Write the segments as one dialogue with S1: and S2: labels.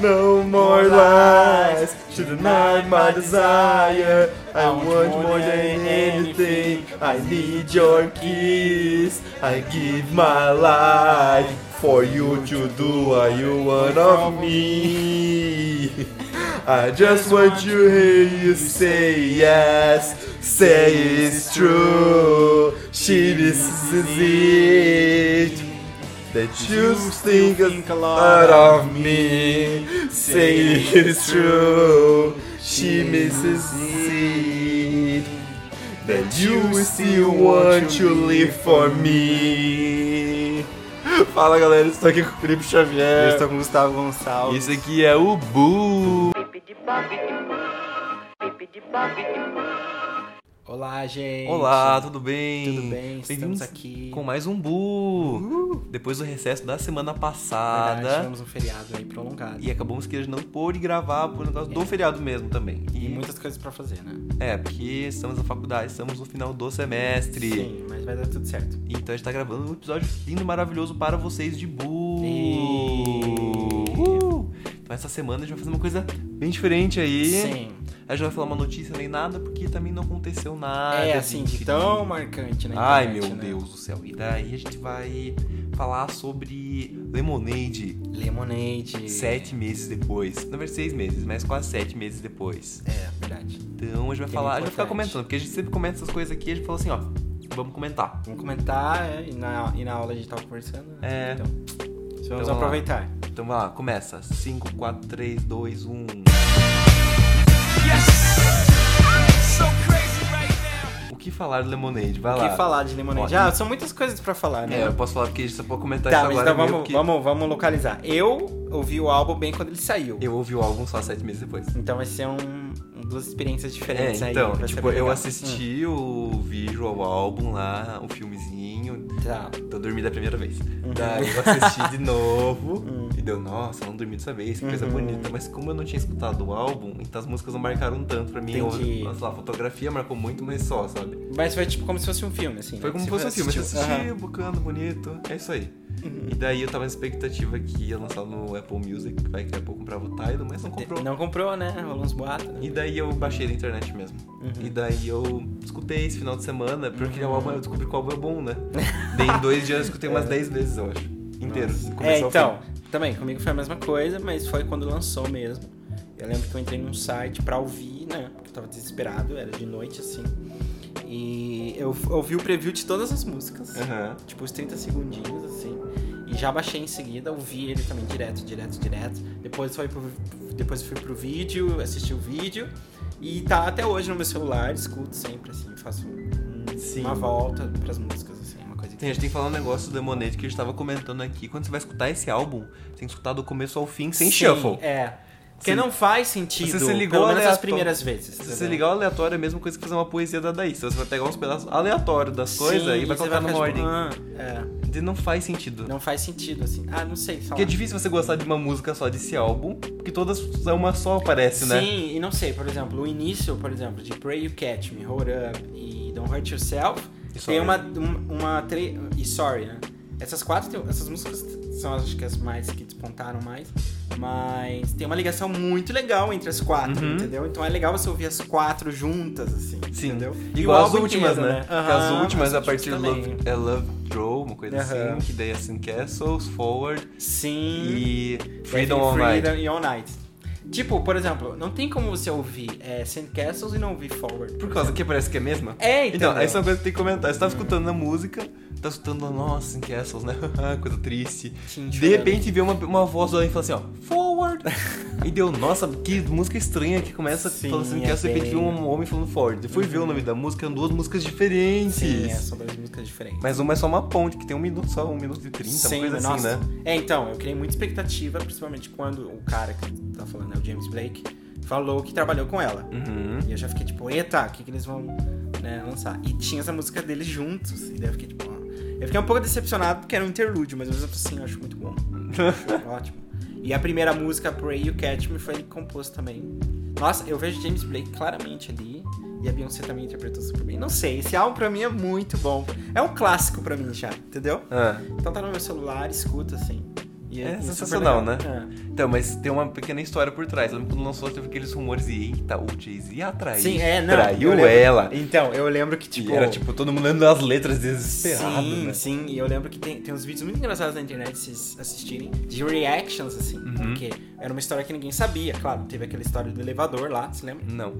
S1: No more lies to deny my desire. I want more than anything. I need your kiss. I give my life for you to do what you want of me. I just want to hear you say yes. Say it's true. She this is it. That you think a lot of me. Say it's true. She misses it. That you still want to live for me. Fala galera, estou aqui com o Felipe
S2: Eu
S1: Xavier.
S2: estou com o Gustavo Gonçalves.
S1: Esse aqui é o Bu.
S2: Olá, gente.
S1: Olá, tudo bem?
S2: Tudo bem?
S1: Bem-vindos
S2: Estamos aqui.
S1: Com mais um Bu. Depois do recesso da semana
S2: Na
S1: passada.
S2: verdade, tivemos um feriado aí prolongado.
S1: E acabamos que a gente não pôde gravar por negócio do
S2: É.
S1: feriado mesmo também.
S2: E
S1: E-
S2: muitas coisas pra fazer, né?
S1: É, porque estamos na faculdade, estamos no final do semestre.
S2: Sim, mas vai dar tudo certo.
S1: Então a gente tá gravando um episódio lindo e maravilhoso para vocês de Bu.
S2: E-
S1: Uh! Então essa semana a gente vai fazer uma coisa bem diferente aí.
S2: Sim.
S1: A gente não vai falar uma notícia nem nada, porque também não aconteceu nada.
S2: é assim,
S1: gente.
S2: de tão marcante, né?
S1: tá Ai, meu Deus do céu. E daí a gente vai falar sobre Lemonade
S2: Lemonade.
S1: sete meses depois. Na verdade, seis meses, mas quase sete meses depois.
S2: É, verdade.
S1: Então a gente vai
S2: Tema
S1: falar, a gente vai ficar
S2: é importante.
S1: comentando, porque a gente sempre comenta essas coisas aqui e a gente fala assim, ó, vamos comentar.
S2: Vamos comentar é, e na, e na aula a gente tava conversando.
S1: É.
S2: né? Então, vamos
S1: vamos lá.
S2: aproveitar.
S1: Então vai lá, começa. 5, 4, 3, 2, 1. O que falar de Lemonade? Vai Tá lá.
S2: O que falar de Lemonade?
S1: Ó,
S2: Ah, são muitas coisas pra falar, né?
S1: É, eu posso falar porque a gente só pode comentar
S2: Tá,
S1: isso
S2: mas
S1: agora.
S2: então vamos,
S1: meio que-
S2: vamos, vamos localizar. Eu ouvi o álbum bem quando ele saiu.
S1: Eu ouvi o álbum só sete meses depois.
S2: Então vai ser um, duas experiências
S1: É,
S2: diferentes aí.
S1: então,
S2: vai ser
S1: tipo,
S2: bem
S1: eu
S2: legal. Hum.
S1: assisti o visual, o álbum lá, o filmezinho,
S2: Hum, tá.
S1: Então, Eu dormi da primeira vez.
S2: Uhum.
S1: Daí eu assisti de novo
S2: Hum.
S1: e deu, nossa, eu não dormi dessa vez, que coisa
S2: Uhum.
S1: bonita. Mas como eu não tinha escutado o álbum, então as músicas não marcaram tanto pra mim. Eu,
S2: Entendi.
S1: sei lá, a fotografia marcou muito, mas só, sabe?
S2: Mas foi tipo como se fosse um filme, assim.
S1: Foi
S2: né?
S1: como se
S2: Você
S1: fosse um filme. Você
S2: assistiu. Uhum.
S1: assistiu, bocando, bonito. É isso aí. E daí eu tava na expectativa que ia lançar no Apple Music, vai que a Apple comprava o Tidal, mas não comprou.
S2: Aham. Não comprou, né? Rolou uns boatos. né? Uhum.
S1: E daí eu baixei da internet mesmo. E daí eu escutei esse final de semana, porque o álbum eu descobri qual álbum é bom, né? Daí em dois dias eu escutei umas 10 vezes, eu acho. Inteiro. do
S2: É,
S1: começo ao fim.
S2: então, também, comigo foi a mesma coisa, mas foi quando lançou mesmo. Eu lembro que eu entrei num site pra ouvir, né? Porque eu tava desesperado, era de noite, assim. E eu f- ouvi o preview de todas as músicas.
S1: Aham.
S2: tipo os 30 segundinhos, assim. E já baixei em seguida, ouvi ele também direto, direto, direto. Depois foi pro, depois fui pro vídeo, assisti o vídeo. E tá até hoje no meu celular, escuto sempre, assim, faço um-
S1: Sim.
S2: uma volta pras músicas, assim, uma coisa
S1: Tem, a gente tem que falar um negócio do Lemonade que a gente tava comentando aqui. Quando você vai escutar esse álbum, tem que escutar do começo ao fim, sem
S2: Sim,
S1: shuffle.
S2: É. Porque
S1: Sim.
S2: não faz sentido.
S1: Se você ligou
S2: pelo menos as
S1: aleatório-
S2: primeiras vezes.
S1: Se você
S2: entendeu?
S1: ligar o aleatório, é a mesma coisa que fazer uma poesia da Daí. Você vai pegar uns pedaços aleatórios das
S2: Sim,
S1: coisas e vai
S2: você
S1: colocar numa
S2: ficar
S1: ordem.
S2: tipo, ah,
S1: E Não faz sentido.
S2: é, não faz sentido, assim. Ah, não sei. sei
S1: Porque é
S2: lá.
S1: difícil você gostar de uma música só desse álbum, porque todas são uma só, parece, né?
S2: Sim, e não sei, por exemplo, o início, por exemplo, de Pray You Catch Me, Hold Up e Don't Hurt Yourself,
S1: E Sorry.
S2: tem uma, um- uma, tre- e Sorry, né? Essas quatro, tem- essas músicas são acho que as mais que despontaram mais, mas tem uma ligação muito legal entre as quatro,
S1: Uhum.
S2: entendeu? Então é legal você ouvir as quatro juntas, assim,
S1: Sim.
S2: entendeu? E
S1: Igual
S2: o
S1: as
S2: álbum
S1: últimas,
S2: inteiro,
S1: né? Porque
S2: Aham,
S1: as últimas, a
S2: últimas
S1: partir do
S2: também.
S1: Love, é Love Draw, uma coisa
S2: Aham.
S1: assim, que daí é Sin Castles, Forward
S2: Sim.
S1: e Freedom
S2: Everything
S1: All Night.
S2: Freedom e All Night. Tipo, por exemplo, não tem como você ouvir é, Sandcastles e não ouvir Forward.
S1: Por causa que parece que é a mesma?
S2: É,
S1: Então,
S2: entendeu?
S1: essa é uma coisa que tem que comentar. Você tava escutando a música, tá escutando, nossa, em Castles, né? coisa triste.
S2: Sim,
S1: De
S2: chorando.
S1: repente vê uma, uma voz lá e fala assim, ó, forward! e deu, nossa, que música estranha que começa
S2: Sim,
S1: falando assim,
S2: é
S1: Castles, de repente vê
S2: bem- Uhum.
S1: um homem falando forward. Depois vê o nome da música, eram duas músicas diferentes.
S2: Sim, é, são duas músicas diferentes.
S1: Mas uma é só uma ponte, que tem um minuto só, um minuto e trinta, uma
S2: Sim,
S1: coisa assim,
S2: nossa.
S1: né?
S2: É, então, eu criei muita expectativa, principalmente quando o cara que tá falando, é o James Blake, falou que trabalhou com ela.
S1: Uhum.
S2: E eu já fiquei tipo, eita, o que, que eles vão né, lançar? E tinha essa música deles juntos. E daí eu fiquei tipo, ó. Eu fiquei um pouco decepcionado porque era um interlúdio, mas mesmo assim eu acho muito bom. Acho ótimo. E a primeira música, Pray You Catch Me, foi ele que compôs também. Nossa, eu vejo James Blake claramente ali. E a Beyoncé também interpretou super bem. Não sei, esse álbum pra mim é muito bom. É um clássico pra mim já, entendeu?
S1: Ah,
S2: Então tá no meu celular, escuta assim. E
S1: É
S2: e super
S1: sensacional,
S2: legal. É.
S1: Então, mas tem uma pequena história por trás. Lembra quando lançou, teve aqueles rumores e eita, o Jay-Z
S2: É.
S1: atraiu.
S2: Sim, é, não. eu
S1: Traiu
S2: lembro.
S1: ela.
S2: Então, eu lembro que,
S1: E
S2: tipo...
S1: era tipo todo mundo lendo as letras desesperado,
S2: Sim,
S1: né?
S2: sim. E eu lembro que tem, tem uns vídeos muito engraçados na internet, se vocês assistirem, de reactions, assim.
S1: Uhum.
S2: Porque era uma história que ninguém sabia, claro. Teve aquela história do elevador lá, você lembra?
S1: Não,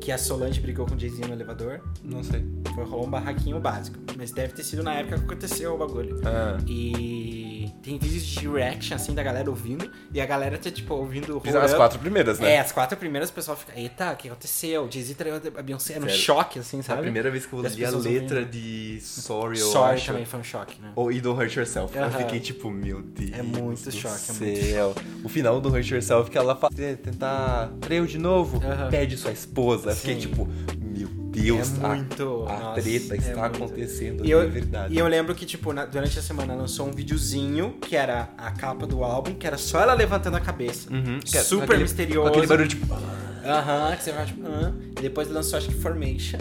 S2: Que a Solange brigou com o Jay-Z no elevador.
S1: não sei.
S2: Foi rolou um barraquinho básico. Mas deve ter sido na época que aconteceu o bagulho.
S1: Ah,
S2: E tem vídeos de reaction, assim, da galera ouvindo. E a galera tá, tipo, ouvindo o
S1: fizeram as quatro primeiras, né?
S2: É, as quatro primeiras o pessoal fica, eita, o que aconteceu? Jay-Z traiu a Beyoncé, era um
S1: Sério.
S2: choque, assim,
S1: é a
S2: sabe?
S1: primeira vez que eu
S2: Das
S1: li a
S2: pessoas né?
S1: letra de Sorry, eu
S2: Sorry
S1: acho.
S2: também foi um choque, né?
S1: Ou e Don't Hurt Yourself. Eu
S2: Aham.
S1: fiquei tipo, meu Deus.
S2: É muito
S1: do
S2: choque, é
S1: céu.
S2: muito
S1: O final do Hurt Yourself que ela fala, "Você tentar trail de novo,
S2: Aham.
S1: pede sua esposa. Eu fiquei
S2: Sim.
S1: tipo, meu Deus,
S2: é
S1: a,
S2: muito...
S1: a
S2: nossa,
S1: treta
S2: é
S1: está
S2: muito.
S1: acontecendo,
S2: E
S1: é
S2: eu,
S1: verdade.
S2: e eu lembro que, tipo, na- durante a semana lançou um videozinho, que era a capa do álbum, que era só ela levantando a cabeça.
S1: Uhum.
S2: Super
S1: Aquele-
S2: misterioso.
S1: Aquele barulho tipo.
S2: Aham, que você vai, tipo, hã? Depois lançou, acho que Formation.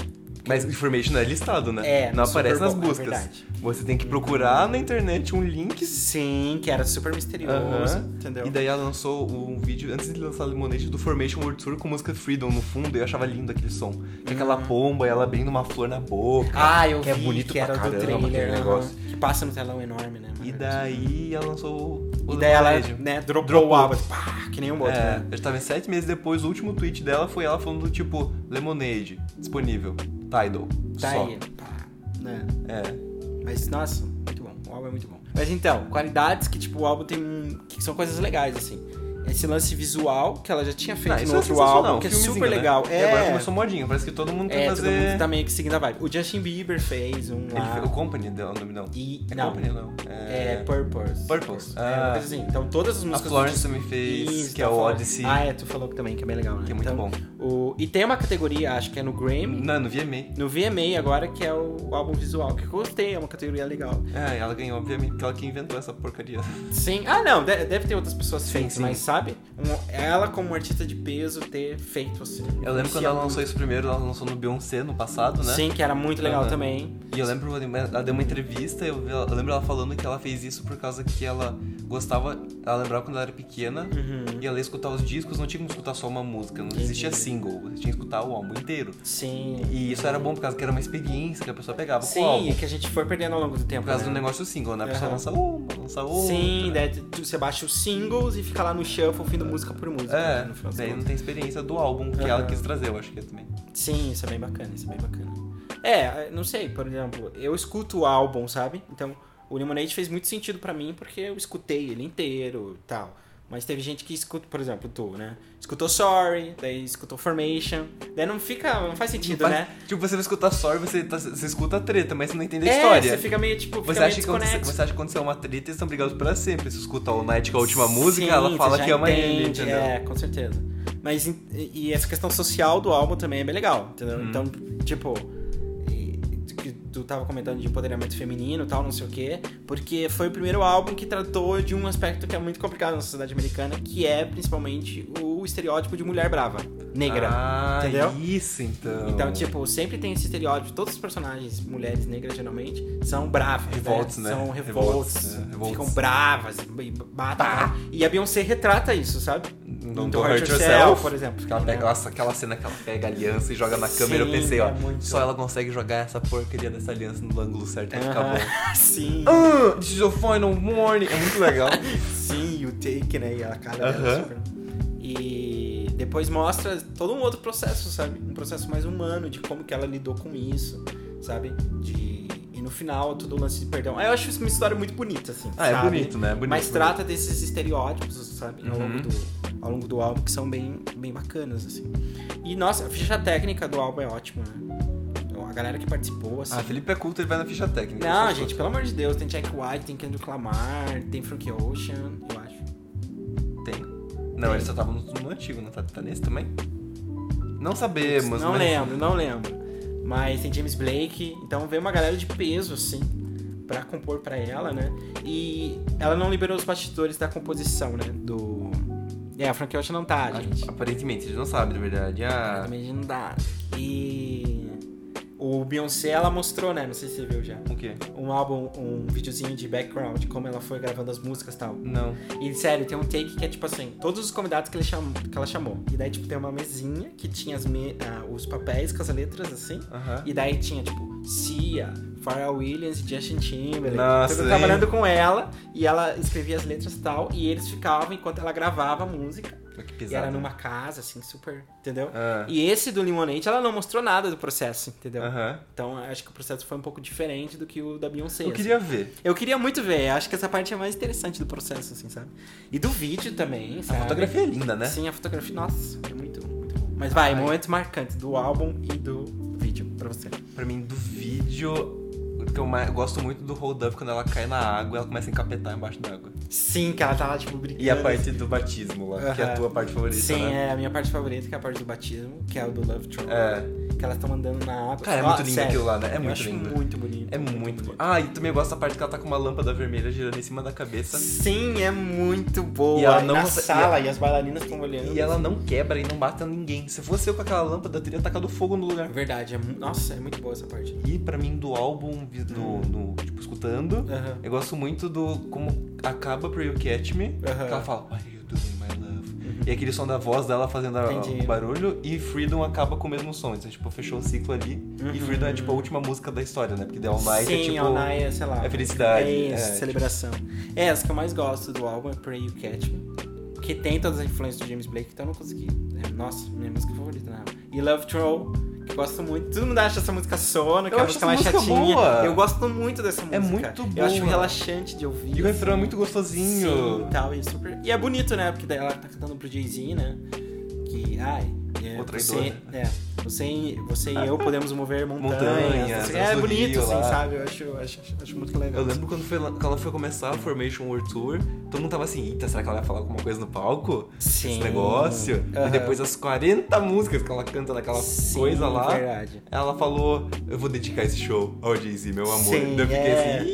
S1: Mas information é listado, né?
S2: É,
S1: Não
S2: no Super
S1: aparece nas
S2: Bowl, é
S1: buscas.
S2: verdade.
S1: Você tem que procurar na internet um link.
S2: Sim, que era super misterioso,
S1: Aham.
S2: entendeu?
S1: E daí ela lançou um vídeo antes de lançar Lemonade do Formation World Tour com música Freedom no fundo. E eu achava lindo aquele som. Com aquela pomba, ela abrindo uma flor na boca.
S2: Hum. Ah, eu
S1: que é
S2: vi
S1: bonito
S2: que era
S1: pra caramba
S2: do trailer,
S1: aquele
S2: aham,
S1: negócio.
S2: que passa no telão enorme, né?
S1: E
S2: maravilhoso.
S1: daí ela lançou o
S2: E daí ela,
S1: Lemonade.
S2: né, dropou
S1: Dropou.
S2: o álbum, pá, que nem um outro,
S1: É,
S2: né?
S1: eu tava em sete meses depois, o último tweet dela foi ela falando do tipo, Lemonade, disponível, Tidal, só.
S2: Daí, Tá pá, né?
S1: É,
S2: Mas, nossa, muito bom. O álbum é muito bom. Mas então, qualidades que, tipo, o álbum tem... um- que são coisas legais, assim. Esse lance visual, que ela já tinha feito
S1: Não, isso
S2: no
S1: é
S2: outro
S1: sensacional,
S2: álbum, que é
S1: filmezinho,
S2: super
S1: né?
S2: legal.
S1: E
S2: É,
S1: agora começou modinha, parece que todo mundo quer
S2: é todo
S1: fazer...
S2: mundo tá meio que seguindo a vibe. O Justin Bieber fez um
S1: Ele
S2: lá...
S1: fez o Company, não, o nome não.
S2: E,
S1: É
S2: não,
S1: Company, não.
S2: É Purpose.
S1: Purpose.
S2: É, uma
S1: Ah.
S2: coisa assim. Então todas as
S1: A
S2: músicas.
S1: Florence
S2: do
S1: também fez,
S2: disco- Isso,
S1: que é
S2: tá
S1: o
S2: falando.
S1: Odyssey,
S2: Ah, é, tu falou que também, que é bem legal, né?
S1: que é muito bom.
S2: Então, O... E tem uma categoria, acho que é no Grammy,
S1: Não, no VMA.
S2: no VMA agora, que é o álbum visual, que eu gostei, é uma categoria legal.
S1: É, ela ganhou, obviamente, porque ela que inventou essa porcaria.
S2: Sim. Ah, não, de- deve ter outras pessoas
S1: Sim,
S2: feitas,
S1: sim.
S2: mas sabe? Um- Ela, como artista de peso, ter feito assim.
S1: Eu lembro quando
S2: influencia
S1: ela lançou isso primeiro, ela lançou no Beyoncé no passado, né?
S2: Sim, que era muito legal
S1: Aham.
S2: também.
S1: E eu lembro, ela deu uma entrevista, eu, vi ela- eu lembro ela falando que ela fez isso por causa que ela gostava, ela lembrava quando ela era pequena,
S2: Uhum.
S1: e ela ia escutar os discos, não tinha como escutar só uma música, não existia single, você tinha que escutar o álbum inteiro.
S2: Sim.
S1: E isso era bom por causa que era uma experiência que a pessoa pegava com o
S2: Sim,
S1: álbum.
S2: que a gente foi perdendo ao longo do tempo.
S1: Por causa do né?
S2: né?
S1: negócio do single, né? A pessoa
S2: Aham.
S1: lança uma, lança outra.
S2: Sim, daí tu- tu- você baixa os singles e fica lá no shuffle ouvindo música por música.
S1: É,
S2: né, no final das
S1: daí não
S2: contas.
S1: tem experiência do álbum que ela
S2: Aham.
S1: quis trazer, eu acho que é também.
S2: Sim, isso é bem bacana, isso é bem bacana. É, não sei, por exemplo, eu escuto o álbum, sabe? Então, o Lemonade fez muito sentido pra mim porque eu escutei ele inteiro e tal. Mas teve gente que escuta, por exemplo, tu, né? Escutou Sorry, daí escutou Formation, daí não fica, não faz sentido,
S1: Mas,
S2: né?
S1: Tipo, você vai escutar Sorry, você, tá- você escuta a treta, mas você não entende a
S2: é,
S1: história.
S2: você fica meio tipo, fica
S1: Você
S2: meio
S1: acha, que quando,
S2: desconexo.
S1: você acha que quando você é uma treta, eles são brigados pra sempre. Você escuta o Night com a última
S2: Sim,
S1: música, ela
S2: você
S1: fala
S2: já
S1: que ama ele,
S2: entende,
S1: entendeu?
S2: É, com certeza. Mas, em- e e essa questão social do álbum também é bem legal, entendeu?
S1: Uhum.
S2: Então, tipo, e- tu- que tu tava comentando de empoderamento feminino e tal, não sei o quê, porque foi o primeiro álbum que tratou de um aspecto que é muito complicado na sociedade americana, que é principalmente o estereótipo de mulher brava, negra.
S1: Ah,
S2: entendeu?
S1: isso então.
S2: Então, tipo, sempre tem esse estereótipo. Todos os personagens, mulheres negras geralmente, são bravas.
S1: Revoltos, né?
S2: São
S1: Revoltos,
S2: revoltos.
S1: né? Revoltos.
S2: Ficam bravas e batem. né? E a Beyoncé retrata isso, sabe?
S1: Don't
S2: Do
S1: Hurt Yourself,
S2: então, por exemplo.
S1: Ela pega- nossa, aquela cena que ela pega a aliança e joga na câmera, eu
S2: Sim,
S1: pensei, ó,
S2: é muito.
S1: só ela consegue jogar essa porcaria dessa aliança no ângulo certo pra ficar
S2: Aham.
S1: bom.
S2: Sim,
S1: Ah, this is a final morning. É muito legal.
S2: sim, o take, né? E a cara dela
S1: Aham.
S2: super... E depois mostra todo um outro processo, sabe? Um processo mais humano de como que ela lidou com isso, sabe? De... E no final, todo o lance de perdão. Ah, Eu acho isso uma história muito bonita, assim.
S1: ah, é
S2: sabe?
S1: bonito, né? É bonito,
S2: mas
S1: bonito.
S2: trata desses estereótipos, sabe, ao,
S1: Uhum.
S2: longo do, ao longo do álbum, que são bem, bem bacanas, assim. E, nossa, a ficha técnica do álbum é ótima, né? Então, A galera que participou, assim...
S1: Ah, Felipe é culto, ele vai na ficha técnica.
S2: Não,
S1: Essas
S2: gente, pelo amor de Deus, tem Jack White, tem Kendrick Lamar, tem Frank Ocean, eu acho.
S1: coisas. Tem. Não, ele só tava no, no antigo, não tá, tá nesse também? Não sabemos,
S2: não
S1: mas...
S2: lembro, não lembro. Mas tem James Blake, então veio uma galera de peso, assim, pra compor pra ela, né? E ela não liberou os bastidores da composição, né? Do... É, a Frank Ocean não tá, gente.
S1: Ah, Aparentemente, a gente não sabe, na verdade. Ah,
S2: Também não dá. E o O Beyoncé, ela mostrou, né? Não sei se você viu já.
S1: O quê?
S2: Um álbum, um videozinho de background, como ela foi gravando as músicas e tal.
S1: Não.
S2: E sério, tem um take que é tipo assim, todos os convidados que, ele cham... que ela chamou. E daí, tipo, tem uma mesinha que tinha as me... ah, os papéis com as letras, assim.
S1: Aham.
S2: E daí tinha, tipo, Cia, Pharrell Williams e Justin Timberlake.
S1: Nossa,
S2: tudo
S1: hein?
S2: trabalhando com ela. E ela escrevia as letras e tal. E eles ficavam enquanto ela gravava a música.
S1: Que
S2: E
S1: pesado.
S2: era numa casa, assim, super. Entendeu?
S1: Ah,
S2: E esse do Limonade, ela não mostrou nada do processo, entendeu?
S1: Aham.
S2: Então, acho que o processo foi um pouco diferente do que o da Beyoncé.
S1: Eu
S2: assim.
S1: queria ver.
S2: Eu queria muito ver, acho que essa parte é mais interessante do processo, assim, sabe? E do vídeo também,
S1: A
S2: sabe?
S1: fotografia é linda, né?
S2: Sim, a fotografia, nossa, é muito, muito bom. Mas vai,
S1: Ai.
S2: momentos marcantes do álbum e do vídeo pra você.
S1: Pra mim, do vídeo, o que eu, mais, eu gosto muito do Hold Up quando ela cai na água ela começa a encapetar embaixo d'água.
S2: Sim, que ela tá lá, tipo, brincando.
S1: E a parte do batismo lá, que é a
S2: Aham.
S1: tua parte favorita,
S2: Sim,
S1: né?
S2: é a minha parte favorita, que é a parte do batismo, que é o do Love Tron.
S1: É.
S2: Que elas estão andando na água.
S1: Cara, é
S2: Ó,
S1: muito lindo
S2: sério,
S1: aquilo lá, né? É
S2: eu
S1: muito
S2: acho
S1: lindo.
S2: muito bonito.
S1: É muito bom. Ah, e também gosto da parte que ela tá com uma lâmpada vermelha girando em cima da cabeça.
S2: Sim, é muito boa.
S1: E ela não
S2: na
S1: consegue-
S2: sala, e, as bailarinas estão olhando.
S1: E ela não quebra e não bate em ninguém. Se fosse eu com aquela lâmpada, eu teria tacado fogo no lugar.
S2: Verdade, é mu- nossa, é muito boa essa parte.
S1: E pra mim, do álbum, vi-
S2: Hum.
S1: do, do- tipo, escutando,
S2: Aham.
S1: eu gosto muito do como acaba pra You Catch Me. Que
S2: Aham. Uhum.
S1: ela fala, What are you doing, my love? E aquele som da voz dela fazendo a-
S2: Entendi.
S1: o barulho. E Freedom acaba com o mesmo som. Então, tipo, fechou o ciclo ali. E Freedom é, tipo, a última música da história, né? Porque The All Night
S2: Uhum. Sim,
S1: é, tipo...
S2: All Night é, sei lá.
S1: é felicidade,
S2: É isso,
S1: é,
S2: celebração. É, as que eu mais gosto do álbum é Pray You Catch Me. Que tem todas as influências do James Blake, então eu não consegui. é, nossa, minha música favorita, né? E Love Troll, que eu gosto muito. Todo mundo acha essa música sono, que
S1: Eu
S2: é a
S1: acho
S2: música
S1: essa
S2: mais
S1: música
S2: chatinha.
S1: boa.
S2: Eu gosto muito dessa música.
S1: É muito
S2: Eu acho
S1: boa.
S2: relaxante de ouvir.
S1: E o refrão é
S2: assim.
S1: muito gostosinho.
S2: Sim, e tal, e super. E é bonito, né? Porque daí ela tá cantando pro Jay-Z, né? Que, ai. É,
S1: O traidor, né?
S2: você, é, você, e- você e eu podemos mover montanhas.
S1: Montanhas,
S2: não sei o quê.
S1: as
S2: é
S1: do
S2: bonito,
S1: Rio
S2: assim,
S1: lá.
S2: sabe? Eu acho, acho, acho muito legal.
S1: Eu lembro quando foi lá- que ela foi começar a Formation World Tour, todo mundo tava assim, eita, será que ela vai falar alguma coisa no palco?
S2: Sim.
S1: Esse negócio? E
S2: Aham.
S1: depois as 40 músicas que ela canta naquela
S2: Sim,
S1: coisa lá,
S2: verdade.
S1: ela falou, eu vou dedicar esse show ao Jay-Z, meu amor.
S2: Sim,
S1: Daí eu fiquei
S2: é.
S1: assim, "Ih,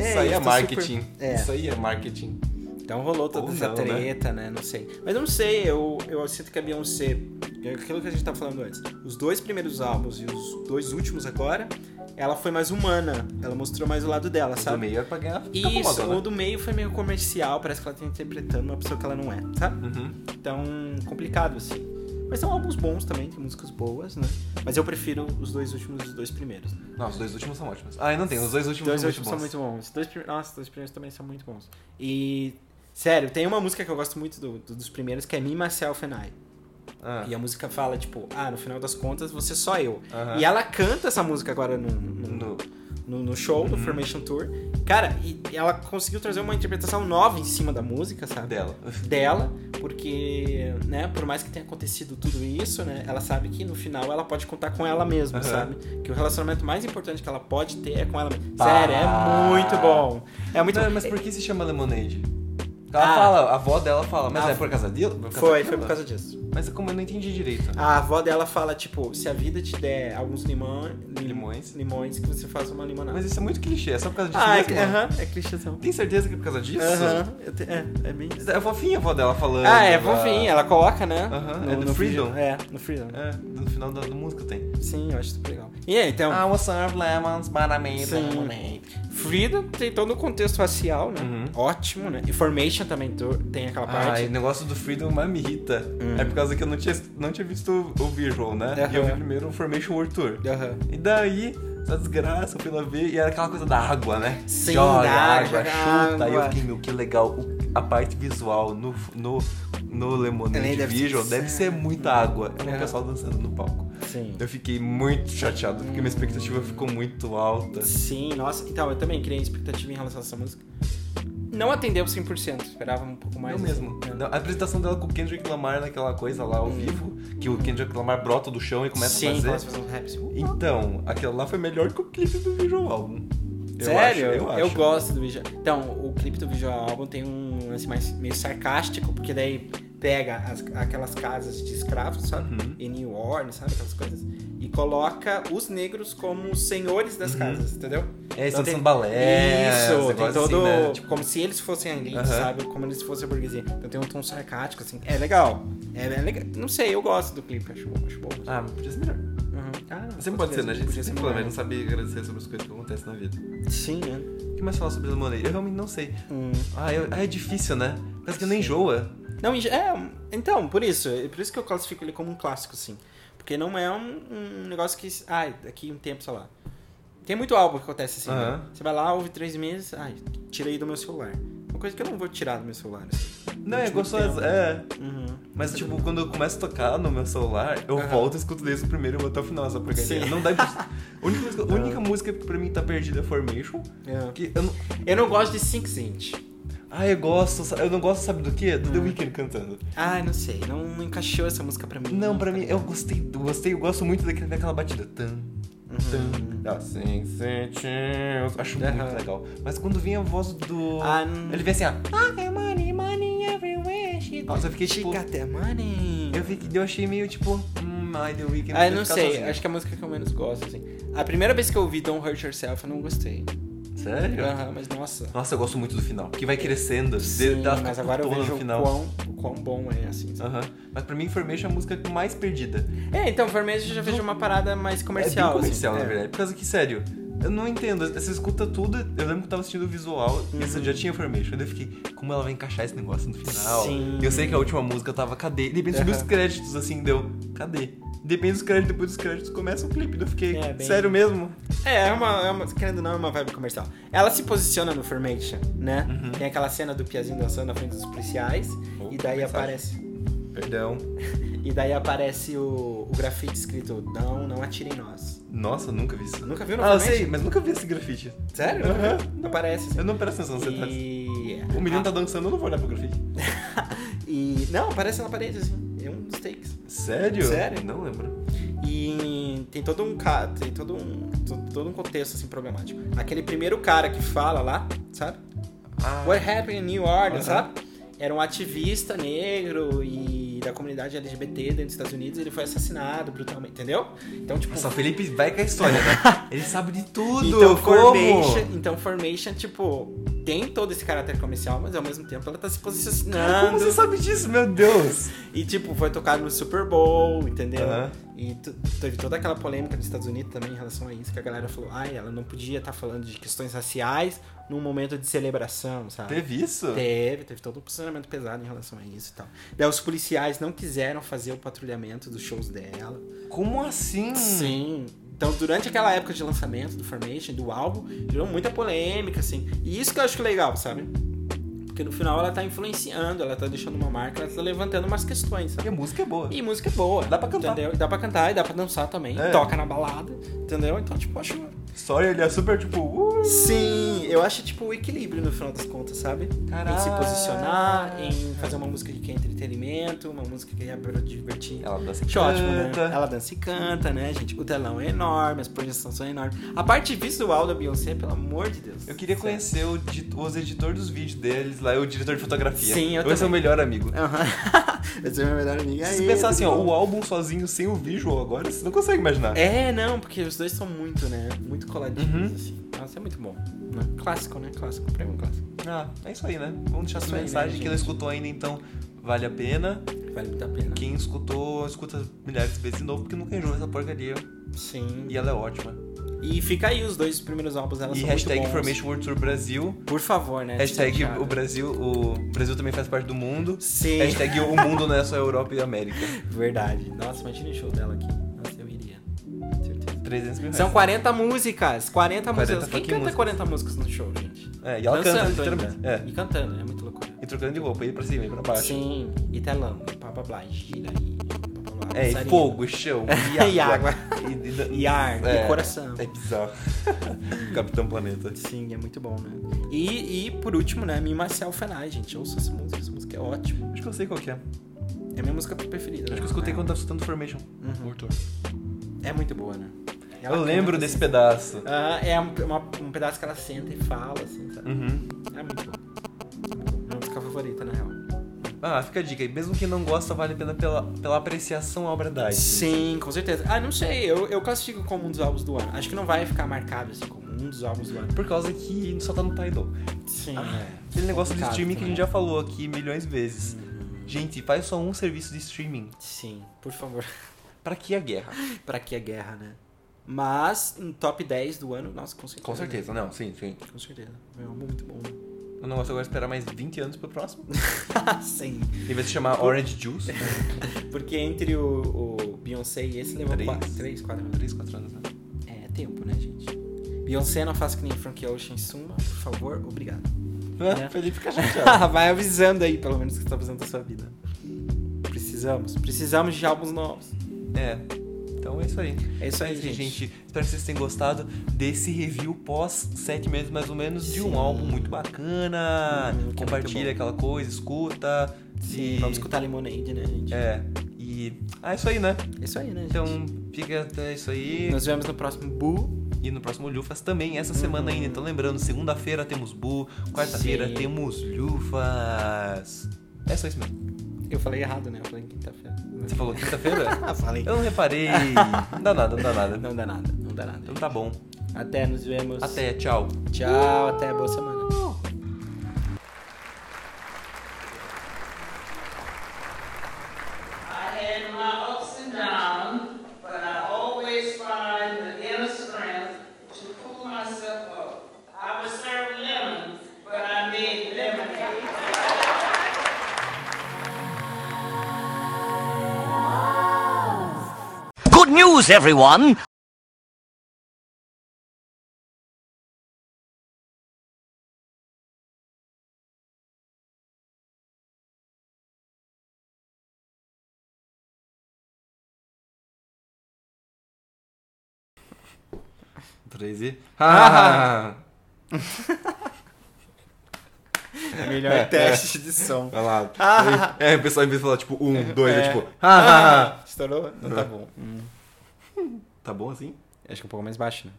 S2: É,
S1: isso aí é
S2: isso tá
S1: marketing.
S2: super- é.
S1: Isso aí é marketing.
S2: Então rolou toda
S1: Ou
S2: essa
S1: não, né?
S2: treta, né? Não sei. Mas eu não sei, eu, eu sinto que a Beyoncé, é aquilo que a gente tá falando antes, os dois primeiros álbuns e os dois últimos agora, ela foi mais humana. Ela mostrou mais o lado dela,
S1: Mas
S2: sabe?
S1: o meio é pra ganhar ficar
S2: Isso,
S1: famosa, né?
S2: o do meio foi meio comercial, parece que ela tá interpretando uma pessoa que ela não é, sabe?
S1: Uhum.
S2: Então, complicado assim. Mas são álbuns bons também, tem músicas boas, né? Mas eu prefiro os dois últimos e os dois primeiros. Os
S1: Não, os dois últimos são ótimos. Ah, eu não tenho, os dois últimos
S2: dois
S1: são
S2: últimos
S1: muito
S2: são
S1: bons.
S2: muito bons. Os Dois primeiros, nossa, os dois primeiros também são muito bons. E, sério, tem uma música que eu gosto muito do- do- dos primeiros, que é Me, Myself and I.
S1: Ah,
S2: E a música fala, tipo, ah, no final das contas, você só eu.
S1: Aham.
S2: E ela canta essa música agora no, no-
S1: Ah. no- Uhum.
S2: no, no show, no Formation Tour. Cara, e e ela conseguiu trazer uma interpretação nova em cima da música, sabe?
S1: dela.
S2: dela, porque, né, por mais que tenha acontecido tudo isso, né, ela sabe que no final ela pode contar com ela mesma,
S1: Aham.
S2: sabe? Que o relacionamento mais importante que ela pode ter é com ela mesma.
S1: Pá.
S2: Sério, é muito bom. É muito
S1: Não,
S2: bom.
S1: mas por que se chama Lemonade? Ela
S2: Ah.
S1: fala, a avó dela fala, mas
S2: Ah,
S1: é por causa dela? Por causa
S2: Foi, foi
S1: dela?
S2: por causa Ah. disso.
S1: Mas como eu não entendi direito.
S2: A avó dela fala, tipo, se a vida te der alguns limão, lim-
S1: Limões.
S2: limões, que você faça uma limonada.
S1: Mas isso é muito clichê, é só por causa disso
S2: ah, é,
S1: mesmo? né?
S2: aham, é clichêzão.
S1: Tem certeza que é por causa disso?
S2: Aham, eu te- é, é bem isso.
S1: É fofinha a avó dela falando.
S2: Ah, é,
S1: da-
S2: fofinho, ela coloca, né?
S1: Aham, é do
S2: vídeo.
S1: Freedom.
S2: É, no Freedom.
S1: É, no final da, da música tem.
S2: Sim, eu acho super legal. E aí, então,
S1: I will serve lemons, but I made
S2: Sim.
S1: lemonade.
S2: Freedom tem todo o contexto racial, né?
S1: Uhum.
S2: Ótimo, né? E Formation também tu- tem aquela
S1: Ah, e o
S2: parte.
S1: negócio do Freedom mais me irrita. É por causa que eu não tinha, não tinha visto o visual, né? E eu vi
S2: Aham.
S1: primeiro o Formation World Tour.
S2: Aham.
S1: E daí, essa desgraça pela ver, e era aquela coisa da água, né?
S2: Sim,
S1: Joga
S2: da
S1: água,
S2: água, da
S1: chuta. E eu
S2: água.
S1: fiquei, meu, que legal. o- a parte visual no, no, no Lemonade
S2: Também deve ser-
S1: Visual deve ser muita água. É um
S2: É.
S1: pessoal dançando no palco.
S2: Sim.
S1: Eu fiquei muito chateado, porque minha expectativa ficou muito alta.
S2: Sim, nossa. Então, eu também criei expectativa em relação a essa música. Não atendeu 100%, esperava um pouco mais.
S1: eu mesmo.
S2: assim, né?
S1: Não, a apresentação dela com o Kendrick Lamar naquela coisa lá ao vivo, que o Kendrick Lamar brota do chão e começa
S2: Uhum. Sim,
S1: a fazer.
S2: começa a fazer um rap. assim.
S1: Então, aquilo lá foi melhor que o clipe do Visual Album. Eu
S2: Sério?
S1: acho, eu acho.
S2: gosto do visual. Então, o clipe do visual álbum tem um lance mais meio sarcástico, porque daí pega as- aquelas casas de escravos, sabe?
S1: Uhum.
S2: Em New Orleans, sabe? Aquelas coisas. E coloca os negros como os senhores das casas, entendeu?
S1: É,
S2: Então
S1: Santos
S2: tem-
S1: Balé.
S2: Isso, tem
S1: Uhum. É, negócio
S2: todo.
S1: Assim, né? Tipo, Uhum.
S2: Como se eles fossem a elite,
S1: Aham.
S2: sabe? Como eles fossem a burguesia. Então tem um tom sarcástico, assim. É legal. É, é legal. Não sei, eu gosto do clipe, acho, bom, acho bom.
S1: ah, podia ser melhor.
S2: Uhum. Ah, não,
S1: Sempre
S2: com
S1: pode ser,
S2: certeza,
S1: né? A gente
S2: podia ser
S1: sempre
S2: melhor.
S1: mas não sabe agradecer sobre as coisas que acontecem na vida.
S2: Sim, né?
S1: O que mais falar sobre Lemonade? Eu realmente não sei.
S2: Hum.
S1: Ah, eu- ah, é difícil, né? Parece que não
S2: Sim.
S1: enjoa.
S2: Não, em ge- é, então, por isso, é por isso que eu classifico ele como um clássico, assim. Porque não é um, um negócio que, ai, daqui um tempo, sei lá. Tem muito álbum que acontece assim, né?
S1: Aham.
S2: Você vai lá, ouve três meses, ai, tirei do meu celular. Uma coisa que eu não vou tirar do meu celular, assim.
S1: Não, é
S2: Durante muito
S1: gostoso.
S2: tempo.
S1: É.
S2: Uhum.
S1: Mas, tipo, quando eu começo a tocar no meu celular, eu
S2: Aham.
S1: volto e escuto desde o primeiro até o final, só pra
S2: Sim.
S1: ganhar. Não dá pra... A única, música, a única música que pra mim tá perdida é Formation.
S2: É.
S1: Que eu não...
S2: Eu não gosto de Sing Cent.
S1: Ah, eu gosto. sa- Eu não gosto, sabe do quê? Do The
S2: Hum.
S1: Weeknd cantando.
S2: Ai, não sei, não, não encaixou essa música pra mim.
S1: Não, pra mim, eu gostei, do- gostei, eu gosto muito daquele, daquela batida. Tan,
S2: Uhum.
S1: tan, assim, sentidos. Acho
S2: Aham.
S1: muito legal. Mas quando vinha a voz do.
S2: Ah, não-
S1: Ele vem assim, ó. I have money, money everywhere. she goes." Nossa, eu fiquei
S2: She
S1: tipo.
S2: got that money.
S1: Eu, fiquei, eu achei meio tipo. Hum, ai, The Weeknd.
S2: Ah,
S1: vai
S2: eu não
S1: ficar
S2: sei,
S1: sozinho."
S2: acho que é a música que eu menos gosto, assim. A primeira vez que eu ouvi Don't Hurt Yourself, eu não gostei.
S1: Sério?
S2: Aham, mas nossa.
S1: Nossa, eu gosto muito do final. Que vai crescendo.
S2: Sim,
S1: de- dá-
S2: mas agora eu
S1: tona
S2: vejo
S1: tá no
S2: o
S1: final. Ah.
S2: quão, o quão bom é, assim. sabe?
S1: Aham. Mas pra mim, Formation é a música mais perdida.
S2: É, então, Formation eu já vejo uma parada mais comercial.
S1: É bem comercial,
S2: assim.
S1: na verdade. Por causa que, sério, eu não entendo. Você escuta tudo, eu lembro que eu tava assistindo o visual e você
S2: Uhum.
S1: já tinha Formation. Daí eu fiquei, como ela vai encaixar esse negócio no final?
S2: Sim.
S1: E eu sei que a última música eu tava, cadê? E De repente subiu
S2: Aham.
S1: os créditos, assim, deu, cadê? E De repente os créditos, depois dos créditos, começa o clipe. Daí eu fiquei,
S2: É, bem-
S1: sério mesmo?
S2: É, é uma, é uma- Querendo ou não, é uma vibe comercial. Ela se posiciona no Formation, né?
S1: Uhum.
S2: Tem aquela cena do Piazinho dançando na frente dos policiais.
S1: Opa,
S2: e daí
S1: mensagem.
S2: aparece.
S1: Perdão.
S2: E daí aparece o, o grafite escrito: Não, não atire em nós.
S1: Nossa, nunca vi isso.
S2: Nunca viu no
S1: Ah, eu
S2: Formation?
S1: sei, mas nunca vi esse grafite.
S2: Sério?
S1: Aham.
S2: Aparece. assim.
S1: Eu não presto atenção tá nos detalhes.
S2: E... é.
S1: O menino tá dançando, eu não vou olhar pro grafite.
S2: e. Não, aparece na parede, assim. É um dos takes.
S1: Sério?
S2: Sério?
S1: Não lembro.
S2: E tem todo um cara, tem todo um, to- todo um contexto assim problemático. Aquele primeiro cara que fala lá, sabe?
S1: Ah,
S2: What happened in New Orleans,
S1: Aham.
S2: sabe? Era um ativista negro e da comunidade LGBT dentro dos Estados Unidos, ele foi assassinado brutalmente, entendeu? Então, tipo,
S1: Nossa, o Felipe vai com a história, né? Ele sabe de tudo, como?
S2: então, formation, então Formation, tipo, tem todo esse caráter comercial, mas ao mesmo tempo ela tá se
S1: Como você
S2: posicionando.
S1: sabe disso, meu Deus?
S2: E tipo, foi tocado no Super Bowl, entendeu?
S1: Aham.
S2: E tu- teve toda aquela polêmica nos Estados Unidos também em relação a isso, que a galera falou, ai, ela não podia estar falando de questões raciais num momento de celebração, sabe?
S1: Teve isso?
S2: Teve, teve todo um posicionamento pesado em relação a isso e tal. Daí os policiais não quiseram fazer o patrulhamento dos shows dela.
S1: Como assim?
S2: Sim. Então, durante aquela época de lançamento do Formation, do álbum, gerou muita polêmica, assim. E isso que eu acho que é legal, sabe? Porque no final ela tá influenciando, ela tá deixando uma marca, ela tá levantando umas questões, sabe?
S1: E a música é boa.
S2: E música é boa.
S1: Dá pra cantar.
S2: Entendeu? E dá pra cantar e dá pra dançar também.
S1: É.
S2: Toca na balada, entendeu? Então, tipo, eu acho.
S1: Sorry, ele é super tipo. Uh,
S2: Sim, eu acho, tipo, o equilíbrio no final das contas, sabe? Em se
S1: Caraca.
S2: posicionar, em fazer uma música que é entretenimento, uma música que é pra divertir.
S1: Ela dança
S2: Acho ótimo, né?
S1: canta.
S2: Ela dança e canta, né, gente? O telão é enorme, as projeções são enormes. A parte visual da Beyoncé, pelo amor de Deus.
S1: Eu queria
S2: Sério.
S1: conhecer o di- os editores dos vídeos deles lá, e o diretor de fotografia.
S2: Sim, eu
S1: Esse é o melhor amigo.
S2: Aham. Esse é meu melhor amigo.
S1: Se
S2: Aê,
S1: você pensar
S2: tudo
S1: assim, ó,
S2: bom?
S1: o álbum sozinho sem o visual agora, você não consegue imaginar.
S2: É, não, porque os dois são muito, né? Muito coladinhos,
S1: Uhum.
S2: assim. Nossa, é muito bom. né? Clássico, né? Clássico, pra mim, clássico.
S1: Ah, é isso aí, né? Vamos deixar
S2: Isso
S1: essa
S2: aí, né,
S1: mensagem que não
S2: gente?
S1: escutou ainda, então vale a pena.
S2: Vale muito a pena.
S1: Quem escutou, escuta milhares de vezes de novo, porque nunca enjoa essa porcaria.
S2: Sim.
S1: E ela é ótima.
S2: E fica aí os dois primeiros álbuns dela
S1: e
S2: são
S1: hashtag
S2: muito bons.
S1: Information World Tour Brasil.
S2: Por favor, né?
S1: Hashtag
S2: Deixa eu
S1: o Brasil, o Brasil também faz parte do mundo.
S2: Sim.
S1: Hashtag o mundo não é só Europa e América.
S2: Verdade. Nossa, imagina o show dela aqui. Nossa, eu iria. Com certeza.
S1: 300 mil reais.
S2: São 40 músicas.
S1: 40
S2: 40, músicas. Quem
S1: fucking
S2: canta
S1: músicas.
S2: 40 músicas no show, gente?
S1: É, e ela canta,
S2: Dançando
S1: literalmente.
S2: ainda.
S1: É.
S2: E cantando, é muito loucura.
S1: E trocando de roupa, e pra cima, e pra baixo.
S2: Sim. E telão, e pá, blá, blá, e gira, e blá, blá, blá,
S1: É, e
S2: dançarina.
S1: fogo, e chão, e água.
S2: E água.
S1: E, da-
S2: E ar, e
S1: É.
S2: coração.
S1: É bizarro. Capitão Planeta.
S2: Sim, é muito bom, né? E, e por último, né? Me Myself and I, gente. Ouça essa música, essa música é ótima.
S1: Acho que eu sei qual que é. Acho
S2: É a minha música preferida.
S1: que eu escutei
S2: é.
S1: quando tava escutando Formation.
S2: Uhum.
S1: World Tour.
S2: É muito boa, né? Ela
S1: Eu lembro
S2: canta,
S1: desse
S2: assim.
S1: pedaço.
S2: Ah, é um- uma- um pedaço que ela senta e fala, assim, sabe?
S1: Uhum.
S2: É muito bom. É Minha música favorita, na real.
S1: Ah, fica a dica aí. Mesmo quem não gosta, vale a pena pela, pela apreciação à obra da arte.
S2: Sim, com certeza. Ah, não sei, eu, eu classifico como um dos álbuns do ano. Acho que não vai ficar marcado assim como um dos álbuns do ano.
S1: Por causa que só tá no Tidal.
S2: Sim, é.
S1: Aquele negócio de
S2: Complicado
S1: streaming que a gente
S2: também. Uhum.
S1: já falou aqui milhões de vezes. Gente, faz só um serviço de streaming.
S2: Sim, por favor.
S1: Pra que a guerra?
S2: Pra que a guerra, né? Mas, um top 10 do ano, nossa, com certeza.
S1: Com certeza, não, sim, sim.
S2: Com certeza. É um álbum muito bom.
S1: O negócio agora é esperar mais 20 anos pro próximo.
S2: Sim.
S1: E vai se chamar Orange Juice.
S2: Porque entre o, o Beyoncé e esse levou
S1: Três.
S2: 4, 3, 4 anos.
S1: 3, 4 anos, né?
S2: É tempo, né, gente? Beyoncé não faça que nem Frank Ocean suma, por favor, obrigado. É.
S1: Felipe fica chateado.
S2: Vai avisando aí, pelo menos, o que você tá fazendo da sua vida. Precisamos. Precisamos de álbuns novos.
S1: é. Então é isso aí.
S2: É isso aí,
S1: Mas,
S2: gente.
S1: Espero que vocês tenham gostado desse review pós sete meses, mais ou menos, de
S2: Sim.
S1: um álbum muito bacana.
S2: Hum, que é muito bom.
S1: Compartilha aquela coisa, escuta.
S2: Sim.
S1: e...
S2: Vamos escutar Lemonade, né, gente?
S1: É. E. Ah, é isso aí, né?
S2: É isso aí, né, gente?
S1: Então fica até isso aí.
S2: Nos vemos no próximo Bu.
S1: E no próximo Lufas também, essa semana ainda. Então lembrando, segunda-feira temos Bu, quarta-feira
S2: Sim.
S1: temos Lufas. É só isso mesmo.
S2: Eu falei errado, né? Eu falei quinta-feira.
S1: Você falou quinta-feira?
S2: Ah, falei.
S1: Eu não reparei. Não dá nada, não dá nada.
S2: Não dá nada, não dá nada.
S1: Então tá bom.
S2: Até, Uh! nos vemos.
S1: Até, tchau.
S2: Tchau, até, boa semana.
S3: I had my ups and downs, but I always find the inner strength to pull myself up. I was served lemons, but I made lemonade.
S4: Good news, everyone!
S1: Três e. Ah!
S2: Melhor teste de som.
S1: Vai lá.
S2: Ah.
S1: É, o pessoal em vez de falar tipo um, dois, é,
S2: É.
S1: tipo. Ah, ah, ah.
S2: Estourou? Não tá bom. Hum.
S1: Tá bom assim?
S2: Acho que é um pouco mais baixo, né?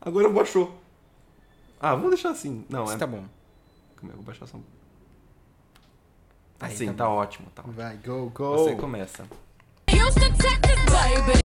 S1: Agora baixou. Ah, vamos deixar assim. Não,
S2: Isso
S1: é.
S2: tá bom.
S1: Como é? Eu Vou baixar só. um-
S2: Aí,
S1: Assim,
S2: tá
S1: tá, ótimo, tá ótimo.
S2: Vai, go, go.
S1: Você começa.
S5: Houston, Texas, baby.